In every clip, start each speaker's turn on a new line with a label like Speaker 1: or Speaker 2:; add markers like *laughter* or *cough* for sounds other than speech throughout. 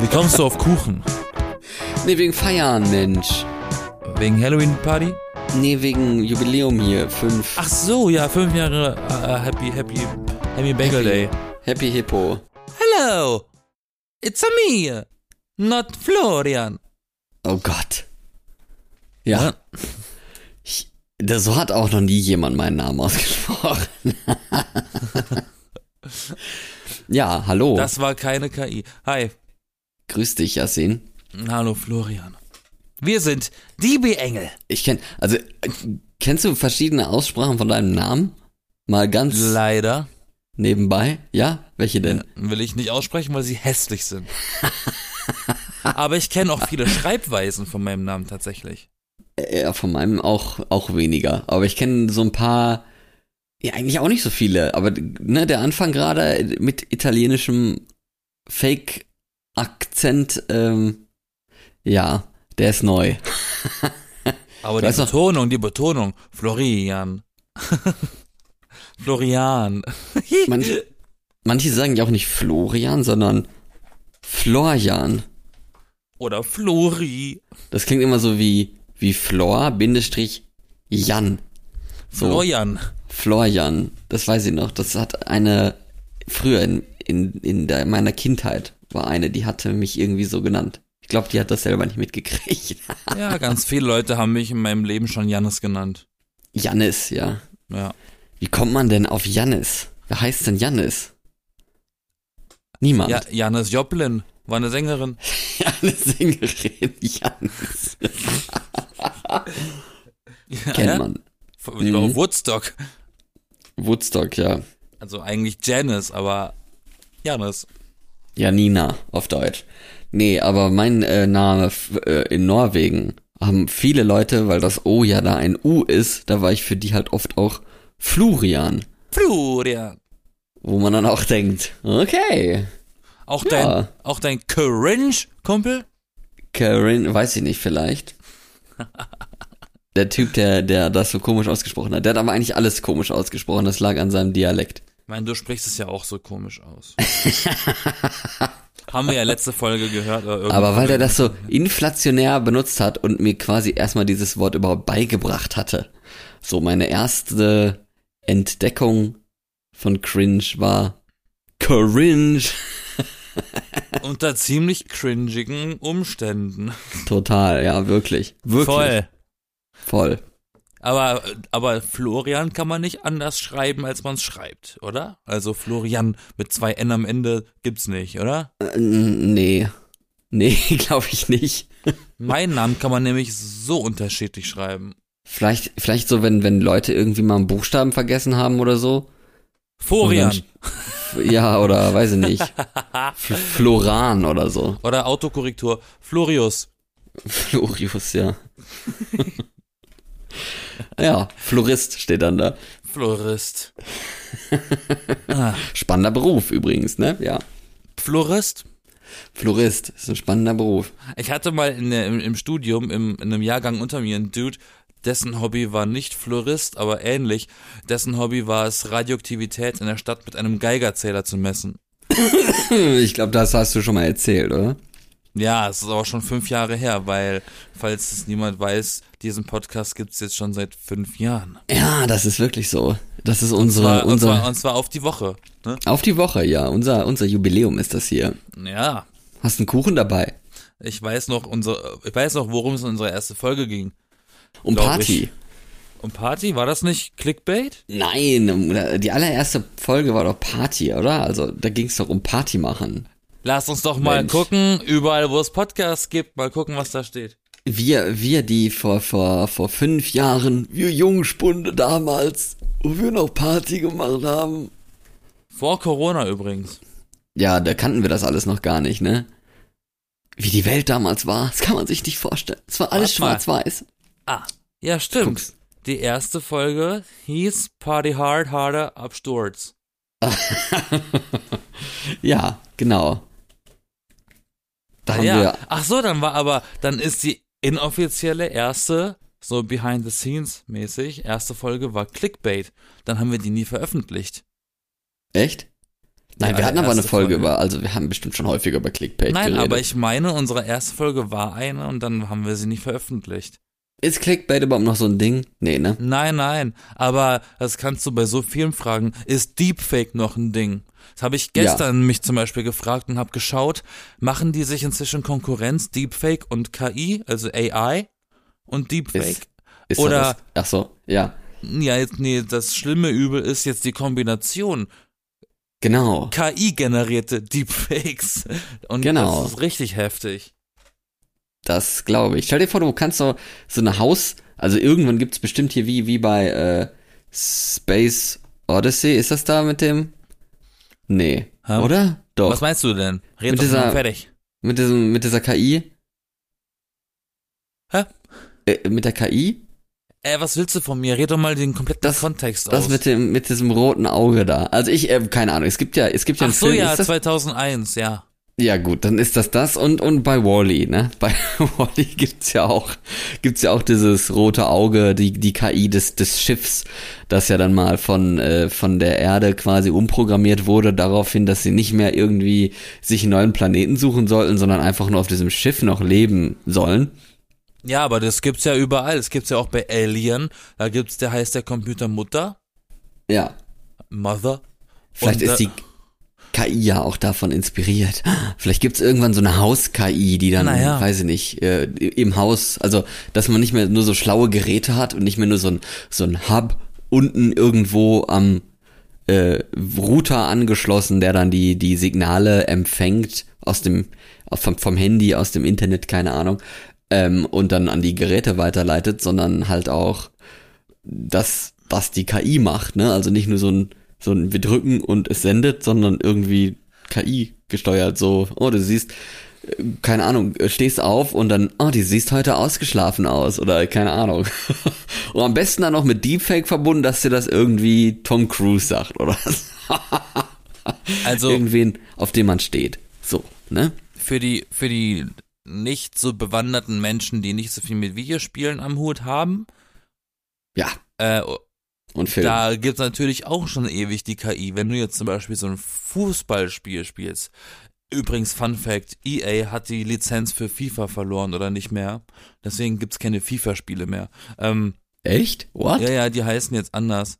Speaker 1: Wie kommst du auf Kuchen?
Speaker 2: Nee, wegen Feiern, Mensch.
Speaker 1: Wegen Halloween-Party?
Speaker 2: Nee, wegen Jubiläum hier. Fünf.
Speaker 1: Ach so, ja, fünf Jahre äh, äh, Happy, Happy, Happy Bagel Day.
Speaker 2: Happy Hippo.
Speaker 1: Hello, it's a me, not Florian.
Speaker 2: Oh Gott. Ja. Ich, das, so hat auch noch nie jemand meinen Namen *laughs* ausgesprochen. *laughs* ja, hallo.
Speaker 1: Das war keine KI. Hi,
Speaker 2: Grüß dich, Yasin.
Speaker 1: hallo Florian. Wir sind die B-Engel.
Speaker 2: Ich kenn, also, äh, kennst du verschiedene Aussprachen von deinem Namen? Mal ganz
Speaker 1: Leider
Speaker 2: nebenbei. Ja? Welche denn?
Speaker 1: will ich nicht aussprechen, weil sie hässlich *laughs* sind. Aber ich kenne auch viele Schreibweisen von meinem Namen tatsächlich.
Speaker 2: Äh, Ja, von meinem auch, auch weniger. Aber ich kenne so ein paar, ja, eigentlich auch nicht so viele. Aber ne, der Anfang gerade mit italienischem Fake-Akzent, ähm, ja, der ist neu.
Speaker 1: Aber die
Speaker 2: Weißt du-
Speaker 1: Betonung, die Betonung. Florian. *laughs* Florian.
Speaker 2: Manche, manche sagen ja auch nicht Florian, sondern Florian.
Speaker 1: *laughs* Oder Flori.
Speaker 2: Das klingt immer so wie, wie Flor, Bindestrich, Jan. So.
Speaker 1: Florian.
Speaker 2: *laughs* Florian, das weiß ich noch. Das hat eine, früher in, in, in der, meiner Kindheit war eine, die hatte mich irgendwie so genannt. Ich glaube, die hat das selber nicht mitgekriegt. *laughs*
Speaker 1: Ja, ganz viele Leute haben mich in meinem Leben schon Jannis genannt.
Speaker 2: Jannis, ja.
Speaker 1: Ja.
Speaker 2: Wie kommt man denn auf Jannis? Wer heißt denn Jannis? Niemand. *laughs*
Speaker 1: ja Janis Joplin war eine Sängerin.
Speaker 2: Eine Sängerin, Jannis.
Speaker 1: Ja, *laughs*
Speaker 2: Kennt man.
Speaker 1: Von- ich war auf
Speaker 2: Mhm.
Speaker 1: Woodstock.
Speaker 2: Woodstock, ja.
Speaker 1: Also eigentlich Janice, aber Janis.
Speaker 2: Janina auf Deutsch. Nee, aber mein äh, Name f- äh, in Norwegen haben viele Leute, weil das O ja da ein U ist, da war ich für die halt oft auch Flurian,
Speaker 1: Florian.
Speaker 2: wo man dann auch denkt, okay,
Speaker 1: Auch
Speaker 2: Ja.
Speaker 1: dein, auch dein Cringe-Kumpel?
Speaker 2: Karen, weiß ich nicht, vielleicht. Der Typ, der, der das so komisch ausgesprochen hat, der hat aber eigentlich alles komisch ausgesprochen, das lag an seinem Dialekt.
Speaker 1: Ich meine, du sprichst es ja auch so komisch aus. Haben wir ja letzte Folge gehört. Oder irgendwo.
Speaker 2: Aber weil der das so inflationär benutzt hat und mir quasi erstmal dieses Wort überhaupt beigebracht hatte. So meine erste Entdeckung von Cringe war Cringe. *laughs*
Speaker 1: Unter ziemlich cringigen Umständen.
Speaker 2: Total, ja, wirklich. Wirklich.
Speaker 1: Voll.
Speaker 2: Voll.
Speaker 1: Aber, aber Florian kann man nicht anders schreiben, als man es schreibt, oder? Also Florian mit zwei N am Ende gibt's nicht, oder?
Speaker 2: Äh, Nee. Nee, *laughs* glaube ich nicht.
Speaker 1: Meinen Namen kann man nämlich so unterschiedlich schreiben.
Speaker 2: Vielleicht, vielleicht so, wenn, wenn Leute irgendwie mal einen Buchstaben vergessen haben oder so. Und dann
Speaker 1: Florian.
Speaker 2: sch- Ja, oder weiß ich nicht.
Speaker 1: *laughs*
Speaker 2: F Floran oder so.
Speaker 1: Oder Autokorrektur. Florius.
Speaker 2: Florius, ja. *laughs* ja, Florist steht dann da. *laughs*
Speaker 1: Florist. ah,
Speaker 2: Spannender Beruf übrigens, ne? Ja.
Speaker 1: Florist?
Speaker 2: Florist ist ein spannender Beruf.
Speaker 1: Ich hatte mal in der, im, im Studium, im, in einem Jahrgang unter mir einen Dude, dessen Hobby war nicht Florist, aber ähnlich. Dessen Hobby war es, Radioaktivität in der Stadt mit einem Geigerzähler zu messen.
Speaker 2: Hm, Ich glaube, das hast du schon mal erzählt, oder?
Speaker 1: Ja, es ist aber schon fünf Jahre her, weil, falls es niemand weiß, diesen Podcast gibt's jetzt schon seit fünf Jahren.
Speaker 2: Ja, das ist wirklich so. Das ist
Speaker 1: Und
Speaker 2: unsere,
Speaker 1: zwar, und
Speaker 2: unsere
Speaker 1: zwar, und zwar auf die Woche. Ne?
Speaker 2: auf die Woche, ja. Unser, unser Jubiläum ist das hier.
Speaker 1: Ja,
Speaker 2: Hast einen Kuchen dabei?
Speaker 1: ich weiß noch, unsere, ich weiß noch, worum es in unserer ersten Folge ging.
Speaker 2: Um
Speaker 1: Glaub
Speaker 2: Party.
Speaker 1: Um Party, war das nicht Clickbait?
Speaker 2: Nein, um- die allererste Folge war doch Party, oder? Also, da ging es doch um Party machen.
Speaker 1: Lasst uns doch mal
Speaker 2: Mensch.
Speaker 1: gucken, überall, wo es Podcasts gibt, mal gucken, was da steht.
Speaker 2: Wir, wir, die vor, vor, vor fünf Jahren, wir Jungspunde damals, wo wir noch Party gemacht haben.
Speaker 1: Vor Corona übrigens.
Speaker 2: Ja, da kannten wir das alles noch gar nicht, ne? Wie die Welt damals war, das kann man sich nicht vorstellen. Es war alles
Speaker 1: Warte mal.
Speaker 2: schwarz-weiß.
Speaker 1: Ah, ja, stimmt.
Speaker 2: Guck's.
Speaker 1: Die erste Folge hieß Party Hard, Harder, Absturz.
Speaker 2: Ja, genau. Da haben
Speaker 1: Ah, ja.
Speaker 2: wir,
Speaker 1: Ach so, dann war aber, dann ist die inoffizielle erste, so behind the scenes mäßig, erste Folge war Clickbait. Dann haben wir die nie veröffentlicht.
Speaker 2: echt? Nein,
Speaker 1: Die
Speaker 2: wir hatten aber eine
Speaker 1: allererste
Speaker 2: Folge, über, also wir haben bestimmt schon häufiger über Clickbait
Speaker 1: Nein,
Speaker 2: geredet.
Speaker 1: aber ich meine, unsere erste Folge war eine und dann haben wir sie nicht veröffentlicht.
Speaker 2: Ist Clickbait überhaupt noch so ein Ding? Nee, ne?
Speaker 1: Nein, nein, aber das kannst du bei so vielen fragen. Ist Deepfake noch ein Ding? Das habe ich gestern mich zum Beispiel gefragt und habe geschaut, machen die sich inzwischen Konkurrenz, Deepfake und KI, also AI und Deepfake?
Speaker 2: Ist, ist
Speaker 1: Oder-
Speaker 2: das, ach so, ja.
Speaker 1: Ja, jetzt, nee, das schlimme Übel ist jetzt die Kombination
Speaker 2: Genau.
Speaker 1: KI-generierte *laughs* Deepfakes. Und
Speaker 2: Genau.
Speaker 1: das ist richtig heftig.
Speaker 2: Das glaube ich. Stell dir vor, du kannst so, so eine Haus, also irgendwann gibt's bestimmt hier wie, wie bei äh, Space Odyssey, ist das da mit dem? Nee.
Speaker 1: Hä?
Speaker 2: Oder? Doch.
Speaker 1: Was meinst du denn? Red
Speaker 2: Mit
Speaker 1: doch
Speaker 2: dieser-
Speaker 1: mal fertig.
Speaker 2: mit, diesem, mit dieser KI?
Speaker 1: Hä?
Speaker 2: Äh, mit der KI?
Speaker 1: Äh, was willst du von mir? Red doch mal den kompletten
Speaker 2: Das-
Speaker 1: Kontext aus.
Speaker 2: Das mit dem, mit diesem roten Auge da. Also ich, äh, keine Ahnung, es gibt ja, es gibt ja
Speaker 1: Ach
Speaker 2: einen
Speaker 1: so,
Speaker 2: Film.
Speaker 1: ja,
Speaker 2: ist das,
Speaker 1: 2001, ja.
Speaker 2: ja gut, dann ist das das und, und bei Wally, ne? *laughs* Bei Wally gibt's ja auch, gibt's ja auch dieses rote Auge, die, die KI des, des Schiffs, das ja dann mal von, äh, von der Erde quasi umprogrammiert wurde, daraufhin, dass sie nicht mehr irgendwie sich einen neuen Planeten suchen sollten, sondern einfach nur auf diesem Schiff noch leben sollen.
Speaker 1: Ja, aber das gibt's ja überall. Das gibt's ja auch bei Alien. Da gibt's, der heißt der Computer Mutter.
Speaker 2: Ja.
Speaker 1: Mother.
Speaker 2: Vielleicht
Speaker 1: Und,
Speaker 2: ist
Speaker 1: äh,
Speaker 2: die KI ja auch davon inspiriert. Vielleicht gibt's irgendwann so eine Haus-KI, die dann,
Speaker 1: Naja.
Speaker 2: weiß ich nicht, äh, im Haus, also dass man nicht mehr nur so schlaue Geräte hat und nicht mehr nur so ein, so ein Hub unten irgendwo am äh, Router angeschlossen, der dann die, die Signale empfängt aus dem, aus- vom, vom Handy, aus dem Internet, keine Ahnung, ähm, und dann an die Geräte weiterleitet, sondern halt auch das, was die KI macht, ne? Also nicht nur so ein, so ein, wir drücken und es sendet, sondern irgendwie KI gesteuert, so, oh, du siehst, äh, keine Ahnung, äh, stehst auf und dann, oh, die siehst heute ausgeschlafen aus oder keine Ahnung. *laughs* und am besten dann noch mit Deepfake verbunden, dass dir das irgendwie Tom Cruise sagt oder *laughs*
Speaker 1: Also
Speaker 2: irgendwen, auf den man steht. So, ne?
Speaker 1: für die, für die nicht so bewanderten Menschen, die nicht so viel mit Videospielen am Hut haben,
Speaker 2: Ja,
Speaker 1: äh,
Speaker 2: und Film.
Speaker 1: da gibt's natürlich auch schon ewig die KI. Wenn du jetzt zum Beispiel so ein Fußballspiel spielst. Übrigens, Fun Fact, EA hat die Lizenz für FIFA verloren oder nicht mehr. Deswegen gibt's keine FIFA-Spiele mehr. Ähm,
Speaker 2: Echt? What?
Speaker 1: Ja, ja, die heißen jetzt anders.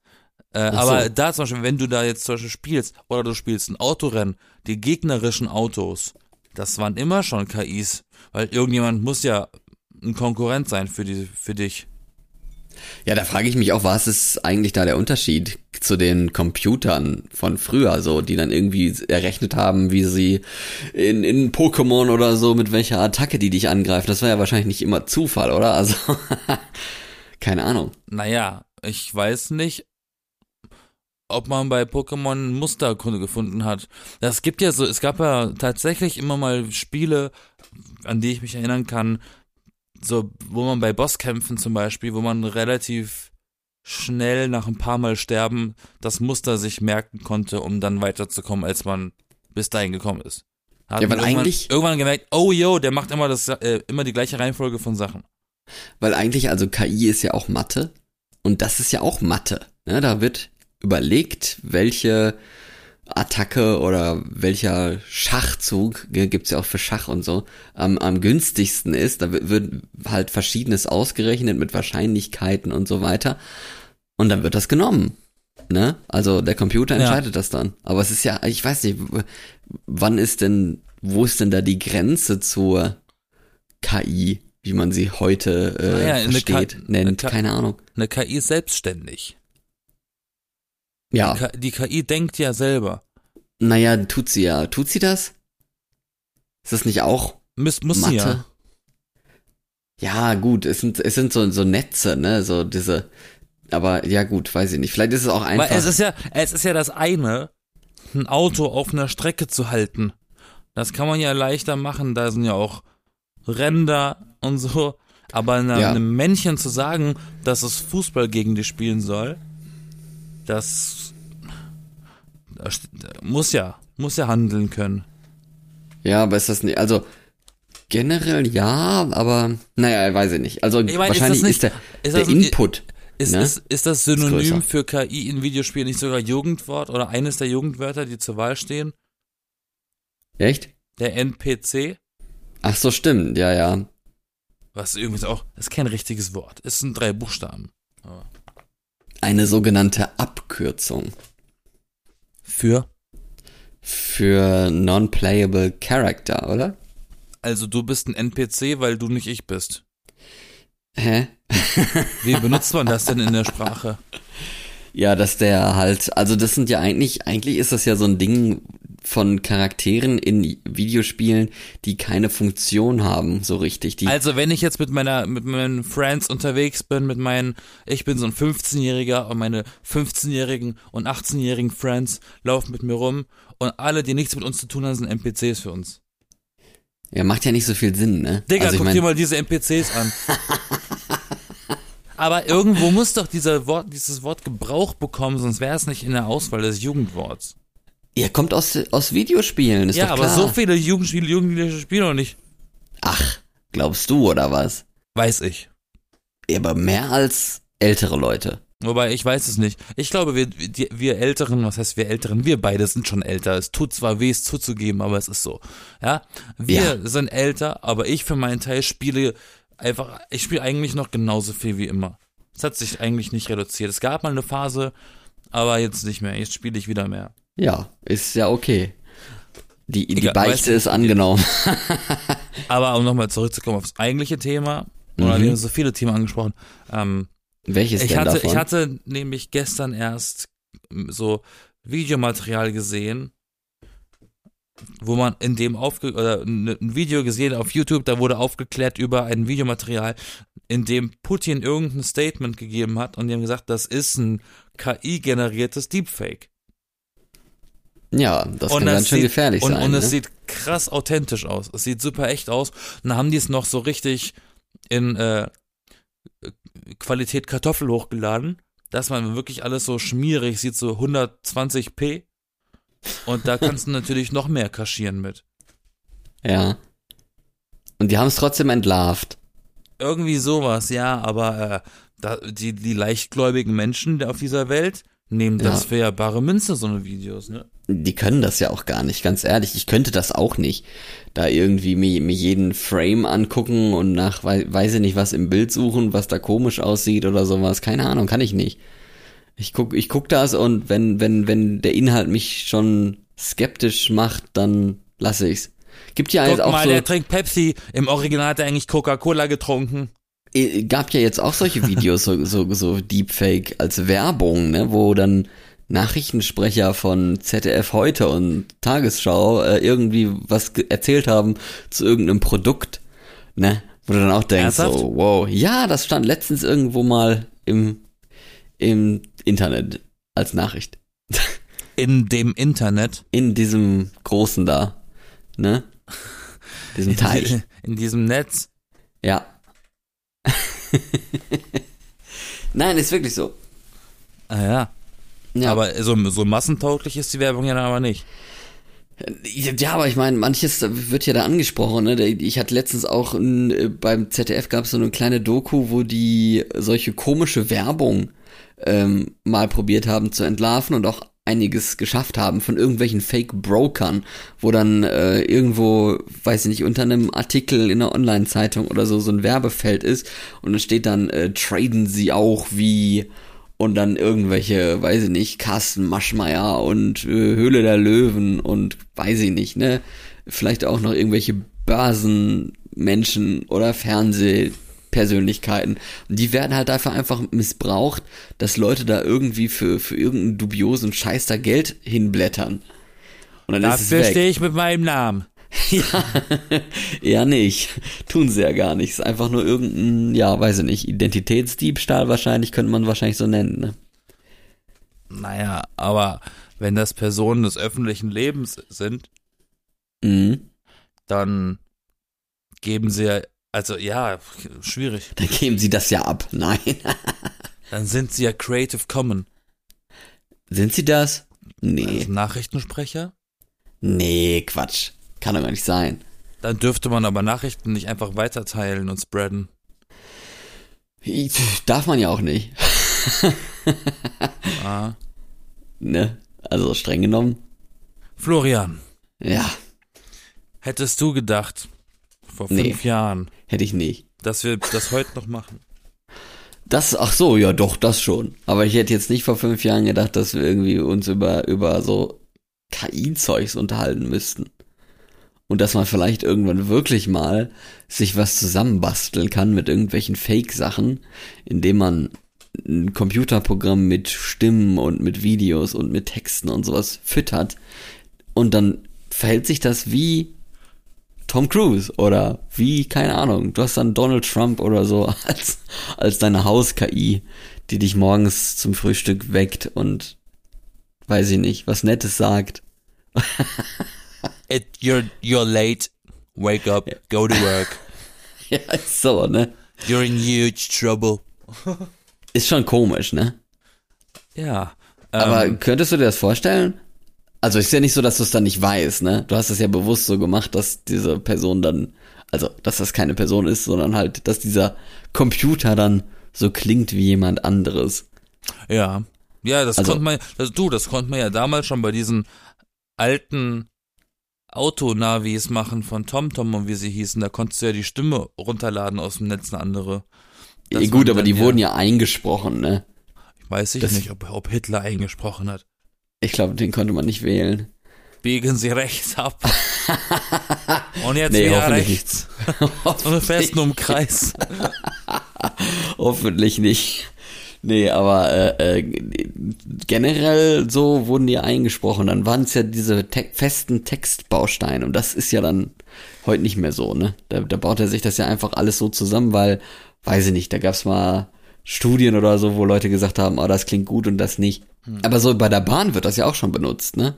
Speaker 1: Äh,
Speaker 2: Ach
Speaker 1: aber
Speaker 2: so.
Speaker 1: da zum Beispiel, wenn du da jetzt zum Beispiel spielst oder du spielst ein Autorennen, die gegnerischen Autos, das waren immer schon KIs, weil irgendjemand muss ja ein Konkurrent sein für, die, für dich.
Speaker 2: Ja, da frage ich mich auch, was ist eigentlich da der Unterschied zu den Computern von früher, so, die dann irgendwie errechnet haben, wie sie in, in Pokémon oder so, mit welcher Attacke die dich angreifen. Das war ja wahrscheinlich nicht immer Zufall, oder? Also, *laughs* keine Ahnung.
Speaker 1: Naja, ich weiß nicht, ob man bei Pokémon ein Musterkunde gefunden hat. Das gibt ja so, es gab ja tatsächlich immer mal Spiele, an die ich mich erinnern kann, so, wo man bei Bosskämpfen zum Beispiel, wo man relativ schnell nach ein paar Mal sterben das Muster sich merken konnte, um dann weiterzukommen, als man bis dahin gekommen ist. Hat
Speaker 2: Ja,
Speaker 1: man
Speaker 2: weil
Speaker 1: irgendwann,
Speaker 2: eigentlich-
Speaker 1: irgendwann gemerkt, oh yo, der macht immer das äh, immer die gleiche Reihenfolge von Sachen.
Speaker 2: Weil eigentlich, also KI ist ja auch Mathe und das ist ja auch Mathe. Ne? Da wird überlegt, welche Attacke oder welcher Schachzug, ge- gibt's ja auch für Schach und so, am, am günstigsten ist. Da wi- wird halt verschiedenes ausgerechnet mit Wahrscheinlichkeiten und so weiter. Und dann wird das genommen. Ne? Also der Computer
Speaker 1: Ja.
Speaker 2: entscheidet das dann. Aber es ist ja, ich weiß nicht, w- wann ist denn, wo ist denn da die Grenze zur KI, wie man sie heute äh,
Speaker 1: Ah ja, eine
Speaker 2: versteht,
Speaker 1: Ka- eine
Speaker 2: nennt?
Speaker 1: Ka-
Speaker 2: Keine Ahnung.
Speaker 1: Eine KI ist selbstständig.
Speaker 2: Ja,
Speaker 1: Ka- Die KI denkt ja selber.
Speaker 2: naja, tut sie ja. Tut sie das? Ist das nicht auch
Speaker 1: Muss, muss sie ja.
Speaker 2: Mathe? Ja, gut, es sind, es sind so, so Netze, ne, so diese, aber ja gut, weiß ich nicht. Vielleicht ist es auch einfach.
Speaker 1: Weil es ist ja, es ist ja das eine, ein Auto auf einer Strecke zu halten. Das kann man ja leichter machen, da sind ja auch Ränder und so. Aber einer,
Speaker 2: Ja.
Speaker 1: einem Männchen zu sagen, dass es Fußball gegen die spielen soll, das, das st- muss ja, muss ja handeln können.
Speaker 2: ja, aber ist das nicht, also generell ja, aber naja, weiß ich nicht. Also
Speaker 1: Ich meine, ist
Speaker 2: wahrscheinlich
Speaker 1: das nicht-
Speaker 2: ist der,
Speaker 1: ist
Speaker 2: der
Speaker 1: das nicht-
Speaker 2: Input
Speaker 1: Ist,
Speaker 2: Ne?
Speaker 1: ist, ist das
Speaker 2: Ist
Speaker 1: Synonym
Speaker 2: größer.
Speaker 1: für KI in Videospielen nicht sogar Jugendwort oder eines der Jugendwörter, die zur Wahl stehen?
Speaker 2: Echt?
Speaker 1: Der NPC?
Speaker 2: Ach so, stimmt, ja, ja.
Speaker 1: Was übrigens auch, ist kein richtiges Wort. Es sind drei Buchstaben. Aber
Speaker 2: Eine sogenannte Abkürzung
Speaker 1: Für?
Speaker 2: für Non-Playable Character, oder?
Speaker 1: Also du bist ein NPC, weil du nicht ich bist.
Speaker 2: Hä?
Speaker 1: Wie benutzt man das denn in der Sprache?
Speaker 2: Ja, dass der halt, also das sind ja eigentlich, eigentlich ist das ja so ein Ding von Charakteren in Videospielen, die keine Funktion haben, so richtig. Die,
Speaker 1: Also wenn ich jetzt mit meiner, mit meinen Friends unterwegs bin, mit meinen, ich bin so ein 15-Jähriger und meine 15-jährigen und 18-jährigen Friends laufen mit mir rum und alle, die nichts mit uns zu tun haben, sind NPCs für uns.
Speaker 2: ja, macht ja nicht so viel Sinn, ne?
Speaker 1: Digga,
Speaker 2: also ich
Speaker 1: guck
Speaker 2: mein,
Speaker 1: dir mal diese NPCs
Speaker 2: *laughs*
Speaker 1: an. Aber irgendwo muss doch dieser Wort, dieses Wort Gebrauch bekommen, sonst wäre es nicht in der Auswahl des Jugendworts.
Speaker 2: ja, kommt aus, aus Videospielen, ist
Speaker 1: ja,
Speaker 2: doch
Speaker 1: aber
Speaker 2: klar.
Speaker 1: so viele Jugendspiele, Jugendliche spielen noch nicht.
Speaker 2: Ach, glaubst du oder was?
Speaker 1: Weiß ich.
Speaker 2: Ja, aber mehr als ältere Leute.
Speaker 1: Wobei, ich weiß es nicht. Ich glaube, wir, die, wir Älteren, was heißt wir Älteren? Wir beide sind schon älter. Es tut zwar weh, es zuzugeben, aber es ist so. Ja, wir
Speaker 2: Ja.
Speaker 1: sind älter, aber ich für meinen Teil spiele einfach, ich spiele eigentlich noch genauso viel wie immer. Es hat sich eigentlich nicht reduziert. Es gab mal eine Phase, aber jetzt nicht mehr. Jetzt spiele ich wieder mehr.
Speaker 2: Ja, ist ja okay. Die, die
Speaker 1: Egal, weißt
Speaker 2: Beichte
Speaker 1: du-
Speaker 2: ist angenommen.
Speaker 1: Aber um nochmal zurückzukommen aufs eigentliche Thema, oder
Speaker 2: Mhm.
Speaker 1: wir haben so viele Themen angesprochen, ähm,
Speaker 2: Welches
Speaker 1: ich
Speaker 2: denn
Speaker 1: hatte,
Speaker 2: davon?
Speaker 1: ich hatte nämlich gestern erst mm, so Videomaterial gesehen, wo man in dem aufge oder n- ein Video gesehen auf YouTube, da wurde aufgeklärt über ein Videomaterial, in dem Putin irgendein Statement gegeben hat und die haben gesagt, das ist ein KI-generiertes Deepfake.
Speaker 2: ja, das kann
Speaker 1: Und das
Speaker 2: ganz schön
Speaker 1: sieht-
Speaker 2: gefährlich
Speaker 1: und,
Speaker 2: sein.
Speaker 1: Und es
Speaker 2: ne?
Speaker 1: sieht krass authentisch aus. Es sieht super echt aus. Und dann haben die es noch so richtig in äh, Qualität Kartoffel hochgeladen, dass man wirklich alles so schmierig sieht, so 120p. Und
Speaker 2: *laughs*
Speaker 1: da kannst du natürlich noch mehr kaschieren mit.
Speaker 2: ja. Und die haben es trotzdem entlarvt.
Speaker 1: Irgendwie sowas, ja, aber äh, da, die, die leichtgläubigen Menschen auf dieser Welt nehmen das
Speaker 2: Ja.
Speaker 1: für ja bare Münze, so eine Videos, ne?
Speaker 2: Die können das ja auch gar nicht, ganz ehrlich. Ich könnte das auch nicht. Da irgendwie mir, mir jeden Frame angucken und nach, wei- weiß ich nicht, was im Bild suchen, was da komisch aussieht oder sowas. Keine Ahnung, kann ich nicht. Ich guck, ich guck das und wenn, wenn, wenn der Inhalt mich schon skeptisch macht, dann lasse ich's. Gibt ja jetzt
Speaker 1: Guck
Speaker 2: Also auch
Speaker 1: mal,
Speaker 2: so,
Speaker 1: der trinkt Pepsi. Im Original hat er eigentlich Coca-Cola getrunken.
Speaker 2: äh, gab ja jetzt auch solche Videos, so, so, so Deepfake als Werbung, ne, wo dann Nachrichtensprecher von ZDF heute und Tagesschau äh, irgendwie was ge- erzählt haben zu irgendeinem Produkt, ne, wo du dann auch denkst,
Speaker 1: Ernsthaft?
Speaker 2: so, wow, ja, das stand letztens irgendwo mal im, im Internet als Nachricht.
Speaker 1: in dem Internet,
Speaker 2: In diesem großen da, ne, diesem Teich.
Speaker 1: in diesem Netz.
Speaker 2: Ja. *laughs* Nein, ist wirklich so.
Speaker 1: Ah ja.
Speaker 2: Ja.
Speaker 1: Aber so, so massentauglich ist die Werbung ja dann aber nicht.
Speaker 2: Ja, aber ich meine, manches wird ja da angesprochen. Ne? Ich hatte letztens auch ein, äh, beim ZDF gab es so eine kleine Doku, wo die solche komische Werbung ähm, mal probiert haben zu entlarven und auch einiges geschafft haben von irgendwelchen Fake-Brokern, wo dann äh, irgendwo, weiß ich nicht, unter einem Artikel in einer Online-Zeitung oder so so ein Werbefeld ist und dann steht dann, äh, traden sie auch wie und dann irgendwelche, weiß ich nicht, Carsten Maschmeyer und äh, Höhle der Löwen und weiß ich nicht, ne? Vielleicht auch noch irgendwelche Börsenmenschen oder Fernsehpersönlichkeiten. Und die werden halt einfach einfach missbraucht, dass Leute da irgendwie für, für irgendeinen dubiosen Scheiß da Geld hinblättern. Und dann ist es
Speaker 1: Dafür
Speaker 2: weg.
Speaker 1: stehe ich mit meinem Namen.
Speaker 2: *laughs* Ja, eher nicht. Tun sie ja gar nicht. Ist einfach nur irgendein, ja, weiß ich nicht, Identitätsdiebstahl wahrscheinlich, könnte man wahrscheinlich so nennen, ne?
Speaker 1: Naja, aber wenn das Personen des öffentlichen Lebens sind,
Speaker 2: Mhm.
Speaker 1: dann geben sie ja, also ja, schwierig.
Speaker 2: Dann geben sie das ja ab. *laughs* Nein.
Speaker 1: Dann sind sie ja Creative Common.
Speaker 2: Sind sie das?
Speaker 1: Als
Speaker 2: Nee.
Speaker 1: Nachrichtensprecher?
Speaker 2: Nee, Quatsch. Kann doch gar nicht sein.
Speaker 1: Dann dürfte man aber Nachrichten nicht einfach weiterteilen und spreaden.
Speaker 2: Ich- Darf man ja auch nicht. *laughs*
Speaker 1: Ah.
Speaker 2: Ne? Also streng genommen.
Speaker 1: Florian,
Speaker 2: Ja,
Speaker 1: hättest du gedacht, vor
Speaker 2: Nee.
Speaker 1: fünf Jahren,
Speaker 2: hätte ich nicht.
Speaker 1: dass wir das heute noch machen?
Speaker 2: Das, ach so, ja doch, das schon. Aber ich hätte jetzt nicht vor fünf Jahren gedacht, dass wir irgendwie uns über, über so KI-Zeugs unterhalten müssten. Und dass man vielleicht irgendwann wirklich mal sich was zusammenbasteln kann mit irgendwelchen Fake-Sachen, indem man ein Computerprogramm mit Stimmen und mit Videos und mit Texten und sowas füttert. Und dann verhält sich das wie Tom Cruise oder wie, keine Ahnung, du hast dann Donald Trump oder so *laughs* als, als deine Haus-KI, die dich morgens zum Frühstück weckt und weiß ich nicht, was Nettes sagt. *laughs*
Speaker 1: It, you're, you're late. Wake up. Go to work.
Speaker 2: Ja, ist so, ne?
Speaker 1: You're in huge trouble.
Speaker 2: Ist schon komisch, ne?
Speaker 1: Ja.
Speaker 2: Aber
Speaker 1: ähm,
Speaker 2: könntest du dir das vorstellen? Also ist ja nicht so, dass du es dann nicht weißt, ne? Du hast es ja bewusst so gemacht, dass diese Person dann, also dass das keine Person ist, sondern halt, dass dieser Computer dann so klingt wie jemand anderes.
Speaker 1: ja. Ja, das
Speaker 2: Also-
Speaker 1: konnte man, also du, das konnte man ja damals schon bei diesen alten Autonavis machen von TomTom und wie sie hießen. Da konntest du ja die Stimme runterladen aus dem Netz, eine andere. Das
Speaker 2: Eh, Gut,
Speaker 1: waren
Speaker 2: aber
Speaker 1: dann
Speaker 2: die wurden ja eingesprochen, ne?
Speaker 1: Weiß ich
Speaker 2: das-
Speaker 1: nicht, ob, ob Hitler eingesprochen hat.
Speaker 2: Ich glaube, den konnte man nicht wählen.
Speaker 1: Biegen Sie rechts *laughs* ab. Und jetzt
Speaker 2: Nee,
Speaker 1: wieder
Speaker 2: hoffentlich
Speaker 1: rechts. Und wir
Speaker 2: hoffentlich,
Speaker 1: festen um Kreis.
Speaker 2: hoffentlich nicht. Nee, aber äh, äh, generell so wurden die eingesprochen. Dann waren es ja diese te festen Textbausteine. Und das ist ja dann heute nicht mehr so, ne? Da, da baut er sich das ja einfach alles so zusammen, weil, weiß ich nicht, da gab's mal Studien oder so, wo Leute gesagt haben, ah, das klingt gut und das nicht.
Speaker 1: Hm.
Speaker 2: Aber so bei der Bahn wird das ja auch schon benutzt, ne?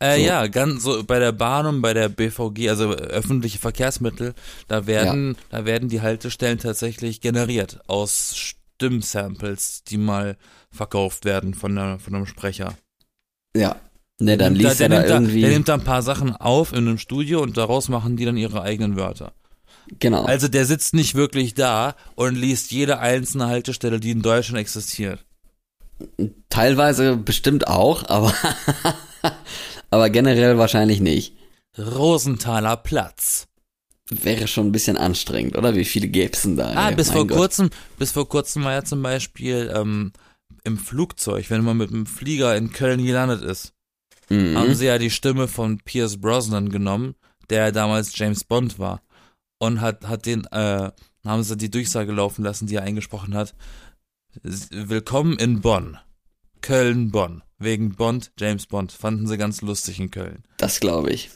Speaker 1: Äh,
Speaker 2: So.
Speaker 1: Ja, ganz so bei der Bahn und bei der BVG, also öffentliche Verkehrsmittel, da werden, da werden die Haltestellen tatsächlich generiert aus Stimmsamples, die mal verkauft werden von, der, von einem Sprecher.
Speaker 2: Ja. Ne, dann
Speaker 1: Nimmt da-
Speaker 2: liest er da
Speaker 1: nimmt
Speaker 2: irgendwie.
Speaker 1: der nimmt da ein paar Sachen auf in einem Studio und daraus machen die dann ihre eigenen Wörter.
Speaker 2: genau.
Speaker 1: Also der sitzt nicht wirklich da und liest jede einzelne Haltestelle, die in Deutschland existiert.
Speaker 2: Teilweise bestimmt auch, aber, *laughs* aber generell wahrscheinlich nicht.
Speaker 1: Rosenthaler Platz.
Speaker 2: Wäre schon ein bisschen anstrengend, oder? Wie viele gäb's denn da?
Speaker 1: Ah,
Speaker 2: Ey,
Speaker 1: bis
Speaker 2: mein
Speaker 1: vor
Speaker 2: Gott.
Speaker 1: kurzem, bis vor kurzem war ja zum Beispiel ähm, im Flugzeug, wenn man mit dem Flieger in Köln gelandet ist, haben
Speaker 2: Mhm.
Speaker 1: sie ja die Stimme von Pierce Brosnan genommen, der ja damals James Bond war, und hat hat den äh, haben sie die Durchsage laufen lassen, die er eingesprochen hat. S- Willkommen in Bonn, Köln Bonn wegen Bond James Bond fanden sie ganz lustig in Köln,
Speaker 2: Das glaube ich.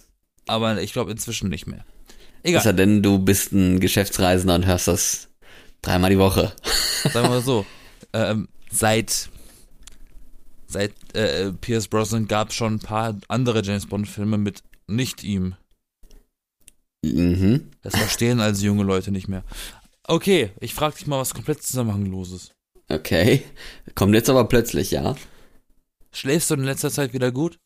Speaker 1: aber ich glaube inzwischen nicht mehr.
Speaker 2: Ja.
Speaker 1: Egal.
Speaker 2: Ist ja denn, du bist ein Geschäftsreisender und hörst das dreimal die Woche.
Speaker 1: sagen wir so, ähm, seit seit äh, Pierce Brosnan gab es schon ein paar andere James Bond Filme mit nicht ihm.
Speaker 2: Mhm.
Speaker 1: Das verstehen also junge Leute nicht mehr. Okay, ich frage dich mal was komplett zusammenhangloses.
Speaker 2: Okay. Kommt jetzt aber plötzlich, ja?
Speaker 1: Schläfst du in letzter Zeit wieder gut?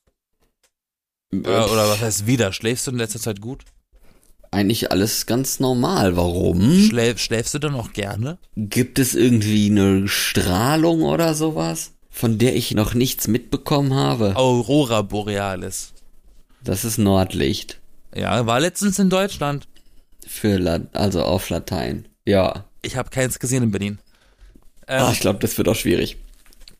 Speaker 2: Äh,
Speaker 1: Oder, oder was heißt wieder? Schläfst du in letzter Zeit gut?
Speaker 2: Eigentlich alles ganz normal. Warum?
Speaker 1: Schläf, schläfst du dann auch gerne?
Speaker 2: Gibt es irgendwie eine Strahlung oder sowas, von der ich noch nichts mitbekommen habe?
Speaker 1: Aurora Borealis.
Speaker 2: Das ist Nordlicht.
Speaker 1: Ja, war letztens in Deutschland.
Speaker 2: Für Lat also auf Latein. Ja.
Speaker 1: Ich habe keins gesehen in Berlin. Ähm,
Speaker 2: Ah, ich glaube, das wird auch schwierig.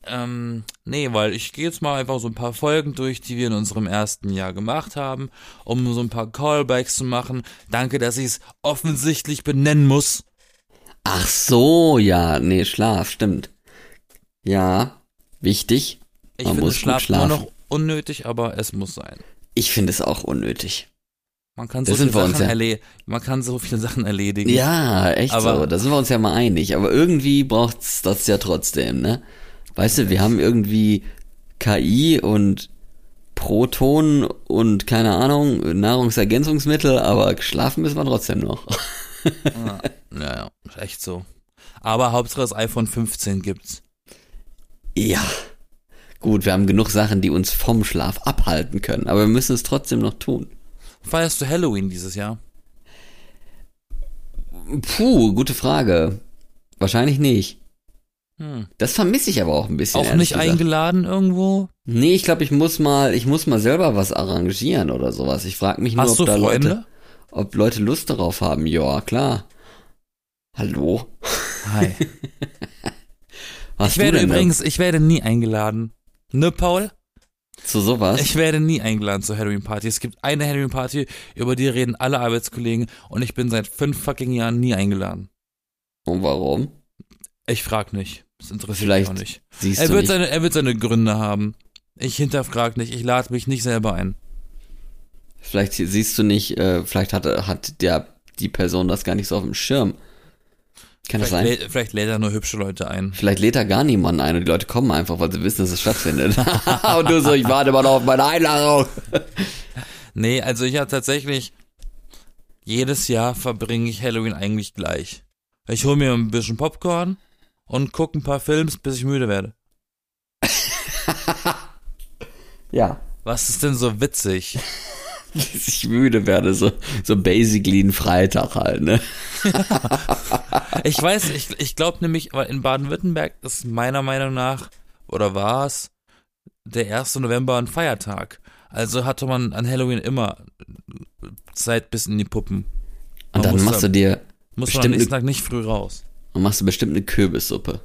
Speaker 1: Ähm, nee, weil ich gehe jetzt mal einfach so ein paar Folgen durch, die wir in unserem ersten Jahr gemacht haben, um so ein paar Callbacks zu machen. Danke, dass ich es offensichtlich benennen muss.
Speaker 2: Ach so, ja, nee, Schlaf, stimmt. Ja, wichtig.
Speaker 1: Ich
Speaker 2: Man
Speaker 1: finde
Speaker 2: muss gut
Speaker 1: Schlaf immer
Speaker 2: schlafen.
Speaker 1: noch unnötig, aber es muss sein.
Speaker 2: Ich finde es auch unnötig.
Speaker 1: Man kann
Speaker 2: Da
Speaker 1: so
Speaker 2: sind
Speaker 1: viele
Speaker 2: wir uns,
Speaker 1: Sachen
Speaker 2: ja.
Speaker 1: erle man kann so viele Sachen erledigen.
Speaker 2: Ja, echt
Speaker 1: Aber-
Speaker 2: so. Da sind wir uns ja mal einig. Aber irgendwie braucht's das ja trotzdem, ne? Weißt du, wir haben irgendwie KI und Protonen und keine Ahnung, Nahrungsergänzungsmittel, aber schlafen müssen wir trotzdem noch.
Speaker 1: Ja, naja, ist echt so. Aber Hauptsache das iPhone 15 gibt's.
Speaker 2: Ja. Gut, wir haben genug Sachen, die uns vom Schlaf abhalten können, aber wir müssen es trotzdem noch tun.
Speaker 1: Feierst du Halloween dieses Jahr?
Speaker 2: Puh, gute Frage. Wahrscheinlich nicht.
Speaker 1: Hm.
Speaker 2: Das vermisse ich aber auch ein bisschen.
Speaker 1: Auch
Speaker 2: ehrlich
Speaker 1: nicht
Speaker 2: gesagt.
Speaker 1: eingeladen irgendwo?
Speaker 2: Nee, ich glaube, ich muss mal, ich muss mal selber was arrangieren oder sowas. Ich frage mich nur,
Speaker 1: Hast
Speaker 2: ob
Speaker 1: du
Speaker 2: da Leute,
Speaker 1: Freunde?
Speaker 2: ob Leute Lust darauf haben. Ja, klar. Hallo.
Speaker 1: Hi.
Speaker 2: Hast
Speaker 1: Ich
Speaker 2: du
Speaker 1: werde
Speaker 2: denn da
Speaker 1: übrigens, ich werde nie eingeladen. Ne, Paul?
Speaker 2: zu sowas?
Speaker 1: Ich werde nie eingeladen zur Halloween-Party. Es gibt eine Halloween-Party, über die reden alle Arbeitskollegen und ich bin seit fünf fucking Jahren nie eingeladen.
Speaker 2: Und warum?
Speaker 1: Ich frag nicht. Das interessiert
Speaker 2: Vielleicht
Speaker 1: mich auch nicht.
Speaker 2: Siehst
Speaker 1: Er
Speaker 2: du
Speaker 1: wird,
Speaker 2: nicht.
Speaker 1: seine, er wird seine Gründe haben. Ich hinterfrag nicht. Ich lade mich nicht selber ein.
Speaker 2: Vielleicht siehst du nicht, äh, vielleicht hat, hat der, die Person das gar nicht so auf dem Schirm. Kann das
Speaker 1: Vielleicht,
Speaker 2: sein?
Speaker 1: lä- vielleicht lädt er nur hübsche Leute ein.
Speaker 2: Vielleicht lädt er gar niemanden ein und die Leute kommen einfach, weil sie wissen, dass es stattfindet. *laughs* und du so, ich warte mal noch auf meine Einladung.
Speaker 1: Nee, also ich habe tatsächlich jedes Jahr verbringe ich Halloween eigentlich gleich. Ich hole mir ein bisschen Popcorn und gucke ein paar Films, bis ich müde werde.
Speaker 2: Ja.
Speaker 1: Was ist denn so witzig?
Speaker 2: Bis ich müde werde, so, so basically ein Freitag halt, ne?
Speaker 1: Ich weiß, ich, ich glaube nämlich, weil in Baden-Württemberg ist meiner Meinung nach, oder war es, der 1. November ein Feiertag. Also hatte man an Halloween immer Zeit bis in die Puppen. Man
Speaker 2: Und dann
Speaker 1: muss
Speaker 2: machst du
Speaker 1: da-
Speaker 2: dir,
Speaker 1: Muss man am
Speaker 2: bestimmt
Speaker 1: nächsten
Speaker 2: ne-
Speaker 1: Tag nicht früh raus.
Speaker 2: dann machst du bestimmt eine Kürbissuppe.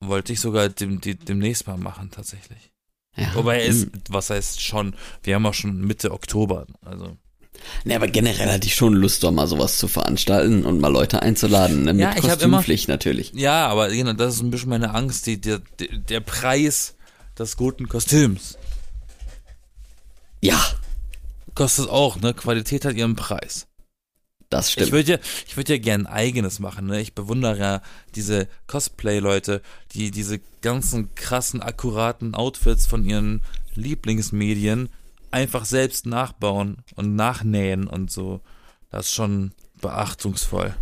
Speaker 1: Wollte ich sogar dem, die, demnächst mal machen, tatsächlich.
Speaker 2: Ja.
Speaker 1: Wobei es,
Speaker 2: Hm.
Speaker 1: was heißt schon, wir haben auch schon Mitte Oktober. Also.
Speaker 2: Nee, aber generell hatte ich schon Lust, doch mal sowas zu veranstalten und mal Leute einzuladen, ne? Mit
Speaker 1: Ja, ich hab immer-
Speaker 2: Kostümpflicht natürlich.
Speaker 1: Ja, aber genau, das ist ein bisschen meine Angst, die, der, der Preis des guten Kostüms
Speaker 2: Ja,
Speaker 1: kostet auch, ne? Qualität hat ihren Preis.
Speaker 2: das
Speaker 1: Ich
Speaker 2: stimmt.
Speaker 1: würde ja, ich würde ja gern ein eigenes machen, ne? Ich bewundere ja diese Cosplay-Leute, die diese ganzen krassen, akkuraten Outfits von ihren Lieblingsmedien einfach selbst nachbauen und nachnähen und so. Das ist schon beachtungsvoll.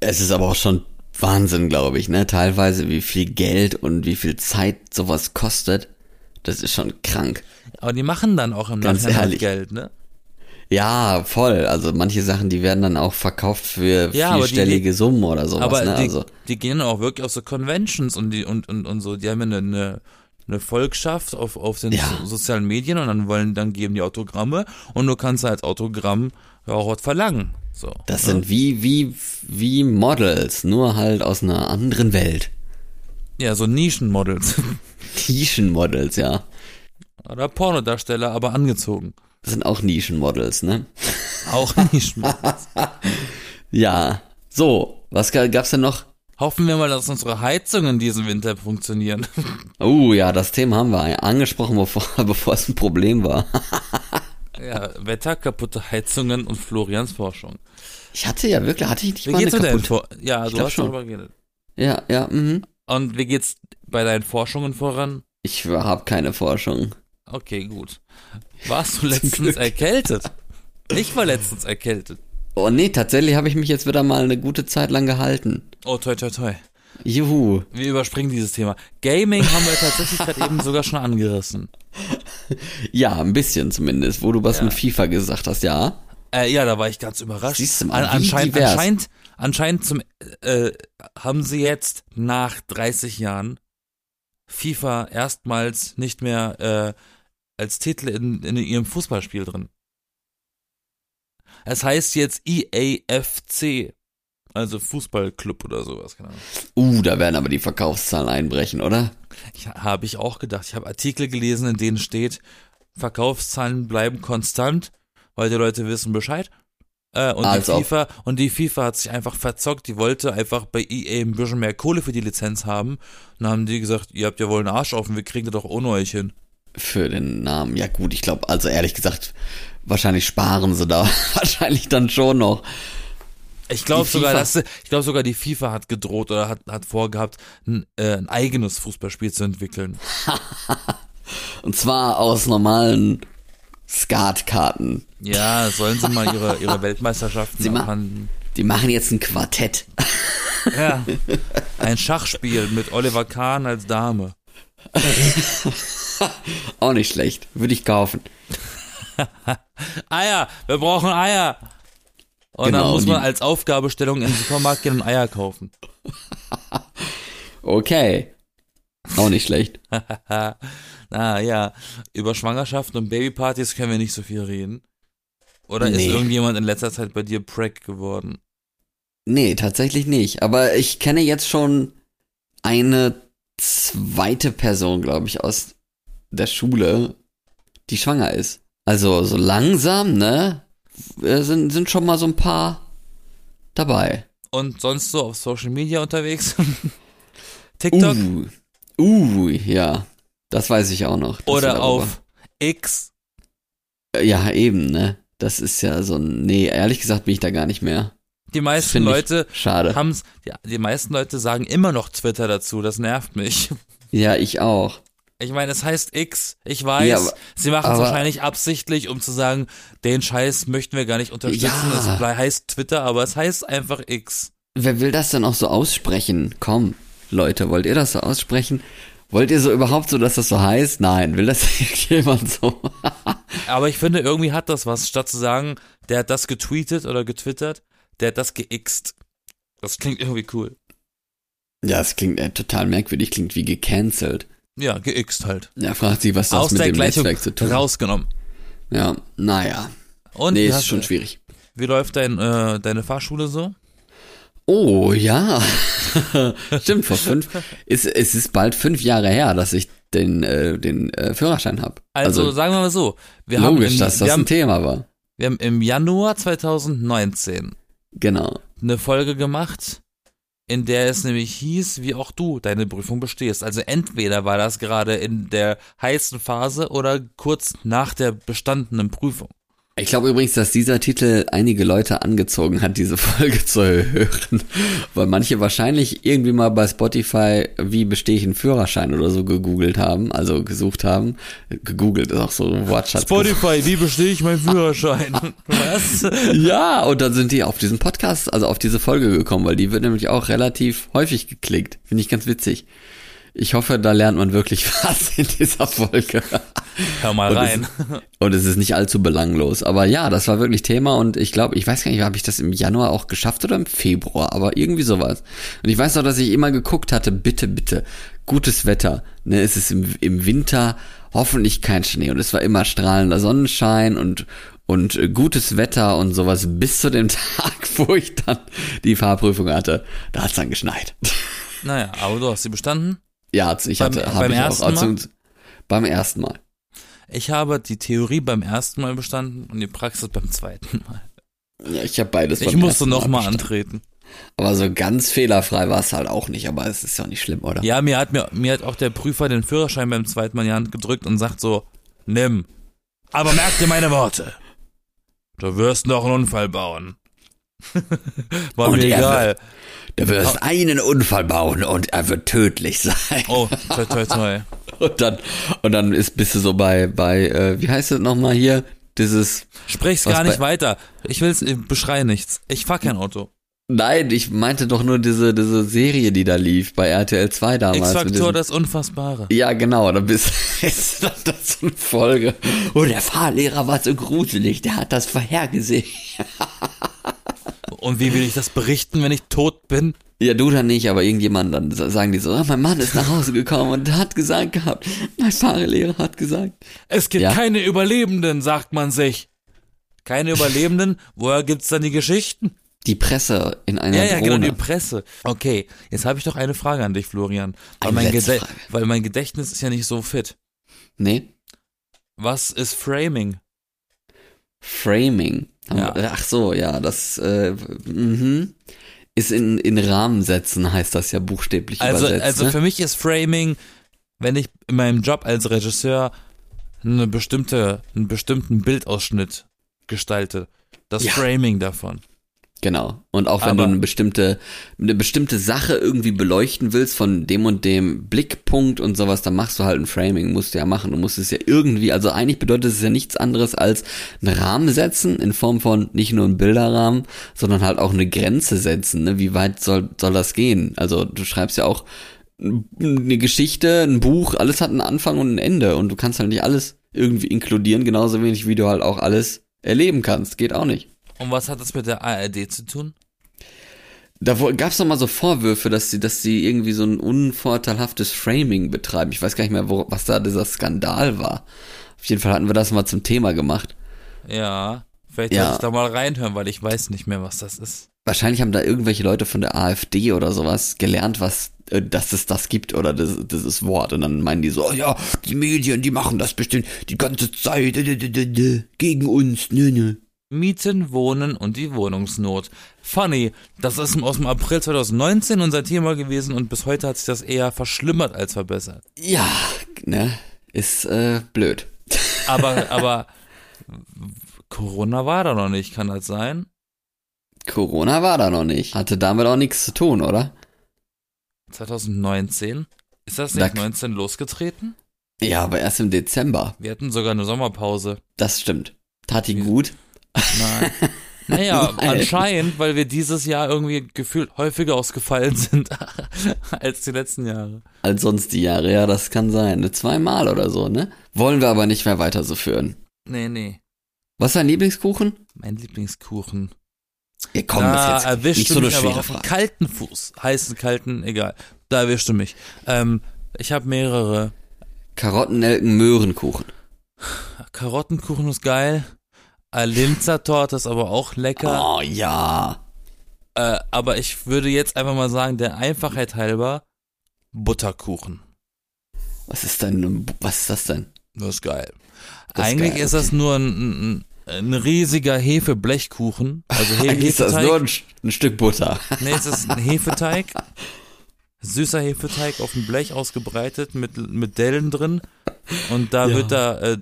Speaker 2: Es ist aber auch schon Wahnsinn, glaube ich, ne? Teilweise, wie viel Geld und wie viel Zeit sowas kostet. Das ist schon krank.
Speaker 1: Aber die machen dann auch im
Speaker 2: Ganz
Speaker 1: Nachhinein halt
Speaker 2: ehrlich.
Speaker 1: Geld, ne?
Speaker 2: Ja, voll. Also manche Sachen, die werden dann auch verkauft für
Speaker 1: Ja, aber die-
Speaker 2: vierstellige Summen oder sowas.
Speaker 1: Aber
Speaker 2: ne?
Speaker 1: die,
Speaker 2: also,
Speaker 1: die gehen auch wirklich auf so Conventions und die und, und, und so, die haben ja eine, eine, eine Volkschaft auf, auf den
Speaker 2: Ja.
Speaker 1: so, sozialen Medien und dann wollen, dann geben die Autogramme und du kannst als Autogramm ja auch was verlangen. So.
Speaker 2: das sind wie, wie, wie Models, nur halt aus einer anderen Welt. *laughs*
Speaker 1: Ja, so Nischenmodels. *laughs*
Speaker 2: Nischenmodels, ja.
Speaker 1: Oder Pornodarsteller, aber angezogen.
Speaker 2: Das sind auch Nischenmodels, ne? *laughs*
Speaker 1: Auch Nischenmodels.
Speaker 2: Ja. So, was ga- gab's denn noch?
Speaker 1: Hoffen wir mal, dass unsere Heizungen diesen Winter funktionieren. *laughs*
Speaker 2: Oh ja, das Thema haben wir angesprochen, bevor, *laughs* bevor es ein Problem war.
Speaker 1: ja, Wetter, kaputte Heizungen und Florians Forschung.
Speaker 2: Ich hatte ja wirklich, hatte ich nicht
Speaker 1: Wie
Speaker 2: mal eine
Speaker 1: geht's dir denn?
Speaker 2: kaputte.
Speaker 1: vor- Ja, du
Speaker 2: glaub
Speaker 1: hast
Speaker 2: schon.
Speaker 1: darüber geredet.
Speaker 2: Ja, ja, mhm.
Speaker 1: Und wie geht's bei deinen Forschungen voran?
Speaker 2: Ich habe keine Forschung.
Speaker 1: Okay, gut. Warst du letztens erkältet? Ich war letztens erkältet.
Speaker 2: Oh nee, tatsächlich habe ich mich jetzt wieder mal eine gute Zeit lang gehalten.
Speaker 1: Oh, toi, toi, toi.
Speaker 2: Juhu.
Speaker 1: Wir überspringen dieses Thema. Gaming haben wir tatsächlich gerade eben sogar schon angerissen.
Speaker 2: Ja, ein bisschen zumindest, wo du was mit FIFA gesagt hast, ja.
Speaker 1: Äh, ja, da war ich ganz überrascht.
Speaker 2: Siehst du mal, wie
Speaker 1: anscheinend,
Speaker 2: divers.
Speaker 1: anscheinend, anscheinend zum, äh, haben sie jetzt nach 30 Jahren FIFA erstmals nicht mehr äh, als Titel in, in ihrem Fußballspiel drin. Es heißt jetzt E EAFC, also Fußballclub oder sowas. Keine Ahnung.
Speaker 2: Uh, da werden aber die Verkaufszahlen einbrechen, oder?
Speaker 1: Ich, habe ich auch gedacht. Ich habe Artikel gelesen, in denen steht, Verkaufszahlen bleiben konstant, weil die Leute wissen Bescheid. Äh, und,
Speaker 2: Als
Speaker 1: die
Speaker 2: ob.
Speaker 1: FIFA, und die FIFA hat sich einfach verzockt. Die wollte einfach bei EA ein bisschen mehr Kohle für die Lizenz haben. Und dann haben die gesagt, ihr habt ja wohl einen Arsch offen, wir kriegen das doch ohne euch hin.
Speaker 2: Für den Namen. Ja gut, ich glaube, also ehrlich gesagt, wahrscheinlich sparen sie da *laughs* wahrscheinlich dann schon noch.
Speaker 1: Ich glaube
Speaker 2: Die
Speaker 1: sogar,
Speaker 2: FIFA.
Speaker 1: dass, sie- ich glaube sogar, die FIFA hat gedroht oder hat, hat vorgehabt, ein, äh, ein eigenes Fußballspiel zu entwickeln.
Speaker 2: Und zwar aus normalen Skatkarten.
Speaker 1: Ja, sollen sie mal ihre,
Speaker 2: *laughs*
Speaker 1: ihre Weltmeisterschaften
Speaker 2: Sieh mal.
Speaker 1: abhanden.
Speaker 2: Die machen jetzt ein Quartett. *laughs*
Speaker 1: Ja. Ein Schachspiel mit Oliver Kahn als Dame.
Speaker 2: Auch nicht schlecht. Würde ich kaufen.
Speaker 1: Eier, wir brauchen Eier. Und
Speaker 2: Genau,
Speaker 1: dann muss
Speaker 2: und
Speaker 1: man
Speaker 2: die-
Speaker 1: als Aufgabestellung in den Supermarkt gehen und Eier kaufen.
Speaker 2: Okay. Auch nicht schlecht.
Speaker 1: *laughs* Na ja, über Schwangerschaften und Babypartys können wir nicht so viel reden. Oder ist
Speaker 2: Nee.
Speaker 1: irgendjemand in letzter Zeit bei dir Preg geworden?
Speaker 2: Nee, tatsächlich nicht. Aber ich kenne jetzt schon eine zweite Person, glaube ich, aus der Schule, die schwanger ist. Also so langsam, ne? äh, Sind, sind schon mal so ein paar dabei.
Speaker 1: Und sonst so auf Social Media unterwegs? *laughs* TikTok
Speaker 2: Uh, uh, ja. Das weiß ich auch noch. dass wir
Speaker 1: oder
Speaker 2: darüber-
Speaker 1: auf X?
Speaker 2: Ja, eben, ne? Das ist ja so ein. Nee, ehrlich gesagt bin ich da gar nicht mehr.
Speaker 1: Die meisten
Speaker 2: Find ich-
Speaker 1: Leute
Speaker 2: Schade.
Speaker 1: haben's, ja, die meisten Leute sagen immer noch Twitter dazu, das nervt mich.
Speaker 2: Ja, ich auch.
Speaker 1: Ich meine, es heißt X, ich weiß,
Speaker 2: Ja, aber-
Speaker 1: sie machen es
Speaker 2: aber-
Speaker 1: wahrscheinlich absichtlich, um zu sagen, den Scheiß möchten wir gar nicht unterstützen,
Speaker 2: Ja.
Speaker 1: es blei- heißt Twitter, aber es heißt einfach X.
Speaker 2: Wer will das denn auch so aussprechen? Komm, Leute, wollt ihr das so aussprechen? Wollt ihr so überhaupt so, dass das so heißt? Nein, will das *laughs* jemand so?
Speaker 1: Aber ich finde, irgendwie hat das was, statt zu sagen, der hat das getweetet oder getwittert, der hat das geixt. Das klingt irgendwie cool.
Speaker 2: ja, es klingt äh, total merkwürdig, klingt wie gecancelt.
Speaker 1: Ja, geixt halt.
Speaker 2: Ja, fragt sie, was das
Speaker 1: Aus
Speaker 2: mit
Speaker 1: der
Speaker 2: dem
Speaker 1: Gleichung
Speaker 2: Netzwerk zu tun hat.
Speaker 1: rausgenommen.
Speaker 2: Ja, naja.
Speaker 1: Und
Speaker 2: Nee,
Speaker 1: wie
Speaker 2: ist
Speaker 1: hast-
Speaker 2: schon schwierig.
Speaker 1: wie läuft dein, äh, deine Fahrschule so?
Speaker 2: Oh, ja. *laughs* Stimmt, vor fünf. Es, es ist bald fünf Jahre her, dass ich den, äh, den äh, Führerschein habe.
Speaker 1: Also,
Speaker 2: Also,
Speaker 1: sagen wir mal so, wir haben,
Speaker 2: logisch,
Speaker 1: im,
Speaker 2: dass das
Speaker 1: wir,
Speaker 2: ein
Speaker 1: haben,
Speaker 2: Thema war.
Speaker 1: wir haben im Januar 2019
Speaker 2: Genau.
Speaker 1: eine Folge gemacht, in der es nämlich hieß, wie auch du deine Prüfung bestehst. Also entweder war das gerade in der heißen Phase oder kurz nach der bestandenen Prüfung.
Speaker 2: Ich glaube übrigens, dass dieser Titel einige Leute angezogen hat, diese *laughs* Folge zu hören, weil manche wahrscheinlich irgendwie mal bei Spotify, wie bestehe ich einen Führerschein oder so gegoogelt haben, also gesucht haben. Gegoogelt ist auch so ein Wortschatz.
Speaker 1: Spotify, wie bestehe ich meinen Führerschein? *laughs* Was?
Speaker 2: *laughs* Ja, und dann sind die auf diesen Podcast, also auf diese Folge gekommen, weil die wird nämlich auch relativ häufig geklickt. Finde ich ganz witzig. Ich hoffe, da lernt man wirklich *laughs* was in dieser Folge.
Speaker 1: Hör mal
Speaker 2: Und es-
Speaker 1: rein.
Speaker 2: Und es ist nicht allzu belanglos. Aber ja, das war wirklich Thema und ich glaube, ich weiß gar nicht, habe ich das im Januar auch geschafft oder im Februar, aber irgendwie sowas. Und ich weiß noch, dass ich immer geguckt hatte, bitte, bitte, gutes Wetter. Ne, es ist im, im Winter hoffentlich kein Schnee und es war immer strahlender Sonnenschein und und äh, gutes Wetter und sowas bis zu dem *laughs* Tag, wo ich dann die Fahrprüfung hatte. Da hat's dann geschneit.
Speaker 1: Naja, aber du hast sie bestanden.
Speaker 2: Ja, hat's- ich
Speaker 1: Beim- äh,
Speaker 2: hatte, hab
Speaker 1: beim
Speaker 2: ich
Speaker 1: ersten
Speaker 2: auch.
Speaker 1: Mal?
Speaker 2: Also, Beim ersten Mal.
Speaker 1: Ich habe die Theorie beim ersten Mal bestanden und die Praxis beim zweiten Mal.
Speaker 2: Ja, ich habe beides.
Speaker 1: Ich
Speaker 2: beim
Speaker 1: musste
Speaker 2: ersten
Speaker 1: nochmal
Speaker 2: bestanden.
Speaker 1: antreten.
Speaker 2: Aber so ganz fehlerfrei war es halt auch nicht, aber es ist ja nicht schlimm, oder?
Speaker 1: Ja, mir hat, mir, mir hat auch der Prüfer den Führerschein beim zweiten Mal in die Hand gedrückt und sagt so, nimm. Aber merk dir meine Worte. Du wirst noch einen Unfall bauen. *laughs* War
Speaker 2: Und
Speaker 1: mir
Speaker 2: er
Speaker 1: egal.
Speaker 2: Du wirst einen Unfall bauen und er wird tödlich *laughs* sein.
Speaker 1: Oh, toi, toi, toi.
Speaker 2: Und dann, und dann ist, bist du so bei, bei, äh, wie heißt das nochmal hier? Dieses,
Speaker 1: Sprich's
Speaker 2: Was
Speaker 1: gar
Speaker 2: bei-
Speaker 1: nicht weiter. Ich will's, ich beschreie nichts. Ich fahr kein Auto.
Speaker 2: nein, ich meinte doch nur diese, diese Serie, die da lief, bei RTL 2 damals. mit
Speaker 1: X-Faktor,
Speaker 2: diesem-
Speaker 1: das Unfassbare.
Speaker 2: ja, genau, dann bist *laughs* ist dann das so eine Folge. Oh, der Fahrlehrer war so gruselig, der hat das vorhergesehen.
Speaker 1: Und wie will ich das berichten, wenn ich tot bin?
Speaker 2: Ja, du dann nicht, aber irgendjemand, dann sa- sagen die so, ah, mein Mann ist nach Hause gekommen und hat gesagt gehabt, mein Fahrlehrer hat gesagt.
Speaker 1: Es gibt
Speaker 2: Ja.
Speaker 1: keine Überlebenden, sagt man sich. Keine Überlebenden? Woher gibt's dann die Geschichten?
Speaker 2: Die Presse in einer
Speaker 1: Ja, ja, genau,
Speaker 2: Drohne.
Speaker 1: die Presse. Okay, jetzt habe ich doch eine Frage an dich, Florian. Weil
Speaker 2: Eine
Speaker 1: mein,
Speaker 2: letzte
Speaker 1: Gedä-
Speaker 2: Frage.
Speaker 1: weil mein Gedächtnis ist ja nicht so fit.
Speaker 2: nee,
Speaker 1: Was ist Framing?
Speaker 2: Framing.
Speaker 1: Ja.
Speaker 2: Ach so, ja, das äh, mhm. ist in, in Rahmen setzen, heißt das ja buchstäblich
Speaker 1: Also,
Speaker 2: übersetzt.
Speaker 1: also
Speaker 2: ne?
Speaker 1: für mich ist Framing, wenn ich in meinem Job als Regisseur eine bestimmte, einen bestimmten Bildausschnitt gestalte. Das
Speaker 2: Ja.
Speaker 1: Framing davon.
Speaker 2: Genau. Und auch wenn
Speaker 1: Aber-
Speaker 2: du eine bestimmte, eine bestimmte Sache irgendwie beleuchten willst von dem und dem Blickpunkt und sowas, dann machst du halt ein Framing, musst du ja machen. Du musst es ja irgendwie, also eigentlich bedeutet es ja nichts anderes als einen Rahmen setzen in Form von nicht nur einem Bilderrahmen, sondern halt auch eine Grenze setzen. Ne? Wie weit soll, soll das gehen? Also du schreibst ja auch eine Geschichte, ein Buch, alles hat einen Anfang und ein Ende und du kannst halt nicht alles irgendwie inkludieren, genauso wenig wie du halt auch alles erleben kannst. Geht auch nicht.
Speaker 1: Und was hat das mit der ARD zu tun?
Speaker 2: Da wo- gab's doch mal so Vorwürfe, dass sie, dass sie irgendwie so ein unvorteilhaftes Framing betreiben. Ich weiß gar nicht mehr, wo, was da dieser Skandal war. Auf jeden Fall hatten wir das mal zum Thema gemacht.
Speaker 1: Ja, vielleicht
Speaker 2: Ja.
Speaker 1: soll ich da mal reinhören, weil ich weiß nicht mehr, was das ist.
Speaker 2: Wahrscheinlich haben da irgendwelche Leute von der AfD oder sowas gelernt, was, äh, dass es das gibt oder das, das ist Wort. Und dann meinen die so, oh ja, die Medien, die machen das bestimmt die ganze Zeit äh, äh, äh, äh, gegen uns. ne." Nö, nö.
Speaker 1: Mieten, Wohnen und die Wohnungsnot. Funny, das ist aus dem April 2019 unser Thema gewesen und bis heute hat sich das eher verschlimmert als verbessert.
Speaker 2: Ja, ne, ist äh, blöd.
Speaker 1: Aber, aber Corona war da noch nicht, kann das sein?
Speaker 2: Corona war da noch nicht. Hatte damit auch nichts zu tun, oder?
Speaker 1: 2019? Ist das
Speaker 2: Da-
Speaker 1: nicht 19 losgetreten?
Speaker 2: Ja, aber erst im Dezember.
Speaker 1: Wir hatten sogar eine Sommerpause.
Speaker 2: Das stimmt. Tat die
Speaker 1: Wie-
Speaker 2: gut.
Speaker 1: Nein. Naja,
Speaker 2: Nein.
Speaker 1: anscheinend, weil wir dieses Jahr irgendwie gefühlt häufiger ausgefallen *laughs* sind als die letzten Jahre.
Speaker 2: Als sonst die Jahre, ja, das kann sein. Ne, Zweimal oder so, ne? Wollen wir aber nicht mehr weiter so führen.
Speaker 1: Nee, nee.
Speaker 2: Was ist dein Lieblingskuchen?
Speaker 1: Mein Lieblingskuchen.
Speaker 2: Ja, komm,
Speaker 1: da
Speaker 2: das ist jetzt
Speaker 1: erwischst
Speaker 2: nicht
Speaker 1: du
Speaker 2: so eine
Speaker 1: mich aber
Speaker 2: schwere
Speaker 1: auf einen
Speaker 2: Frage.
Speaker 1: kalten Fuß. Heißen, kalten, egal. Da erwischst du mich. Ähm, ich habe mehrere.
Speaker 2: Karottennelken, Möhrenkuchen.
Speaker 1: Karottenkuchen ist geil. Äh, Linzertorte ist aber auch lecker.
Speaker 2: Oh ja.
Speaker 1: Äh, aber ich würde jetzt einfach mal sagen, der Einfachheit halber, Butterkuchen.
Speaker 2: Was ist denn, was ist das denn?
Speaker 1: Das ist geil.
Speaker 2: Das ist
Speaker 1: Eigentlich
Speaker 2: geil,
Speaker 1: ist das nur ein, ein, ein riesiger Hefeblechkuchen. Also He
Speaker 2: *laughs* Eigentlich ist das
Speaker 1: Hefeteig.
Speaker 2: nur ein, Sch- ein Stück Butter. *laughs*
Speaker 1: Nee, es ist ein Hefeteig. Süßer Hefeteig auf dem Blech ausgebreitet mit, mit Dellen drin. Und da
Speaker 2: Ja.
Speaker 1: wird da äh,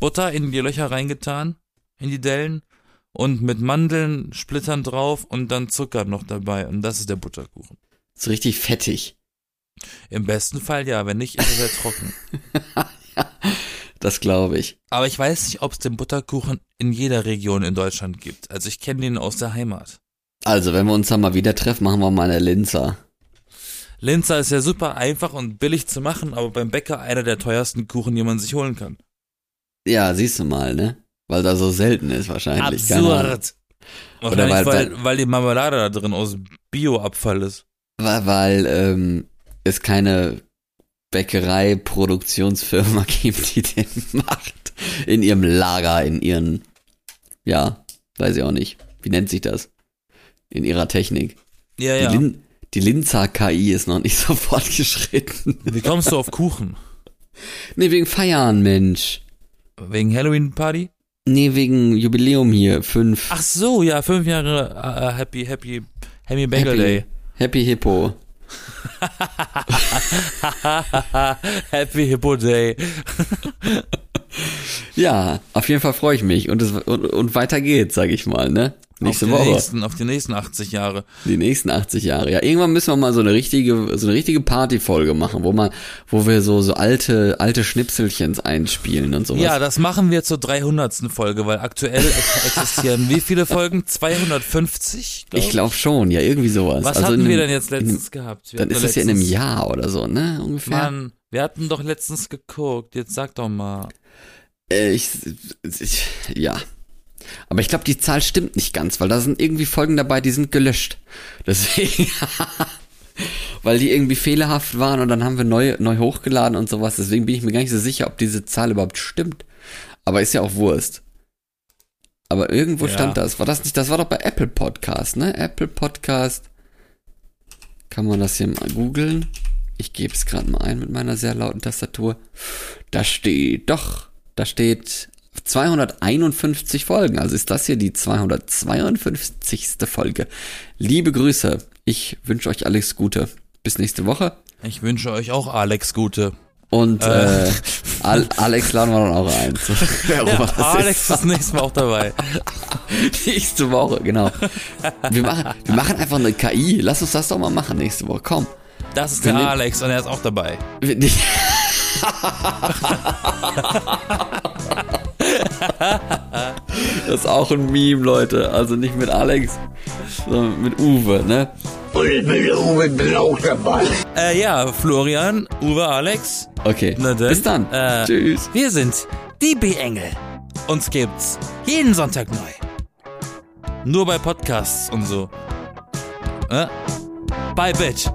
Speaker 1: Butter in die Löcher reingetan, in die Dellen. Und mit Mandeln, Splittern drauf und dann Zucker noch dabei. Und das ist der Butterkuchen.
Speaker 2: Ist richtig fettig.
Speaker 1: Im besten Fall ja, wenn nicht, ist er sehr trocken.
Speaker 2: Das glaube ich.
Speaker 1: Aber ich weiß nicht, ob es den Butterkuchen in jeder Region in Deutschland gibt. Also ich kenne den aus der Heimat.
Speaker 2: Also, wenn wir uns dann mal wieder treffen, machen wir mal eine Linzer.
Speaker 1: Linzer ist ja super einfach und billig zu machen, aber beim Bäcker einer der teuersten Kuchen, die man sich holen kann.
Speaker 2: Ja, siehst du mal, ne? Weil da so selten ist wahrscheinlich. keine Ahnung.
Speaker 1: Absurd. Oder weil,
Speaker 2: weil-
Speaker 1: weil, weil die Marmelade da drin aus Bioabfall ist.
Speaker 2: Weil, weil ähm, es keine Bäckerei-Produktionsfirma *laughs* gibt, die den macht. In ihrem Lager, in ihren, ja, weiß ich auch nicht. Wie nennt sich das? In ihrer Technik.
Speaker 1: Ja,
Speaker 2: Die,
Speaker 1: ja.
Speaker 2: Lin die Linzer KI ist noch nicht *laughs* so fortgeschritten.
Speaker 1: Wie kommst du auf Kuchen?
Speaker 2: Nee, wegen Feiern, Mensch.
Speaker 1: Wegen Halloween-Party?
Speaker 2: Nee, wegen Jubiläum hier. Fünf.
Speaker 1: Ach so, ja, fünf Jahre äh, äh, Happy, Happy, Happy Bagel Day. *laughs*
Speaker 2: Happy Hippo.
Speaker 1: happy Hippo Day.
Speaker 2: Ja, auf jeden Fall freue ich mich. Und, es, und, und weiter geht's, sag ich mal, ne? Nächste
Speaker 1: auf die
Speaker 2: Woche.
Speaker 1: Nächsten, auf die nächsten 80 Jahre.
Speaker 2: Die nächsten 80 Jahre. Ja, irgendwann müssen wir mal so eine richtige, so eine richtige Partyfolge machen, wo man, wo wir so, so alte, alte Schnipselchens einspielen und sowas.
Speaker 1: Ja, das machen wir zur 300. Folge, weil aktuell ex- existieren wie viele Folgen? 250? glaub
Speaker 2: ich glaube schon, ja, irgendwie sowas.
Speaker 1: Was
Speaker 2: Also in
Speaker 1: hatten wir denn
Speaker 2: einem-
Speaker 1: jetzt
Speaker 2: in einem-
Speaker 1: letztens gehabt? Wir
Speaker 2: Dann
Speaker 1: hatten
Speaker 2: ist
Speaker 1: doch
Speaker 2: das ja in einem
Speaker 1: letztens-
Speaker 2: Jahr oder so, ne? Ungefähr.
Speaker 1: Mann, wir hatten doch letztens geguckt. Jetzt sag doch mal.
Speaker 2: Äh, ich, ich, ja. Aber ich glaube, die Zahl stimmt nicht ganz, weil da sind irgendwie Folgen dabei, die sind gelöscht. Deswegen. *laughs* weil die irgendwie fehlerhaft waren und dann haben wir neu, neu hochgeladen und sowas. Deswegen bin ich mir gar nicht so sicher, ob diese Zahl überhaupt stimmt. Aber ist ja auch Wurst. Aber irgendwo
Speaker 1: Ja.
Speaker 2: stand das. War das nicht? Das war doch bei Apple Podcast, ne? Apple Podcast. Kann man das hier mal googeln? Ich gebe es gerade mal ein mit meiner sehr lauten Tastatur. Da steht doch, da steht 251 Folgen. Also ist das hier die 252. Folge. Liebe Grüße. Ich wünsche euch alles Gute. Bis nächste Woche.
Speaker 1: Ich wünsche euch auch Alex Gute.
Speaker 2: Und
Speaker 1: Äh.
Speaker 2: äh. Al Alex laden wir dann auch ein. *laughs* Wer auch
Speaker 1: Ja,
Speaker 2: immer das
Speaker 1: Alex ist
Speaker 2: ist.
Speaker 1: das nächste Mal auch dabei.
Speaker 2: nächste Woche, genau. Wir machen, wir machen einfach eine KI. Lass uns das doch mal machen nächste Woche. Komm.
Speaker 1: Das ist der
Speaker 2: Wir nehmen-
Speaker 1: Alex und er ist auch dabei.
Speaker 2: *laughs* Wir- die- Das ist auch ein Meme, Leute. Also nicht mit Alex, sondern mit Uwe, ne?
Speaker 1: Äh, ja, Florian, Uwe, Alex.
Speaker 2: Okay.
Speaker 1: Na denn?
Speaker 2: Bis dann.
Speaker 1: Äh,
Speaker 2: Tschüss.
Speaker 1: Wir sind die B-Engel. Uns gibt's jeden Sonntag neu. Nur bei Podcasts und so. Äh? Bye, bitch.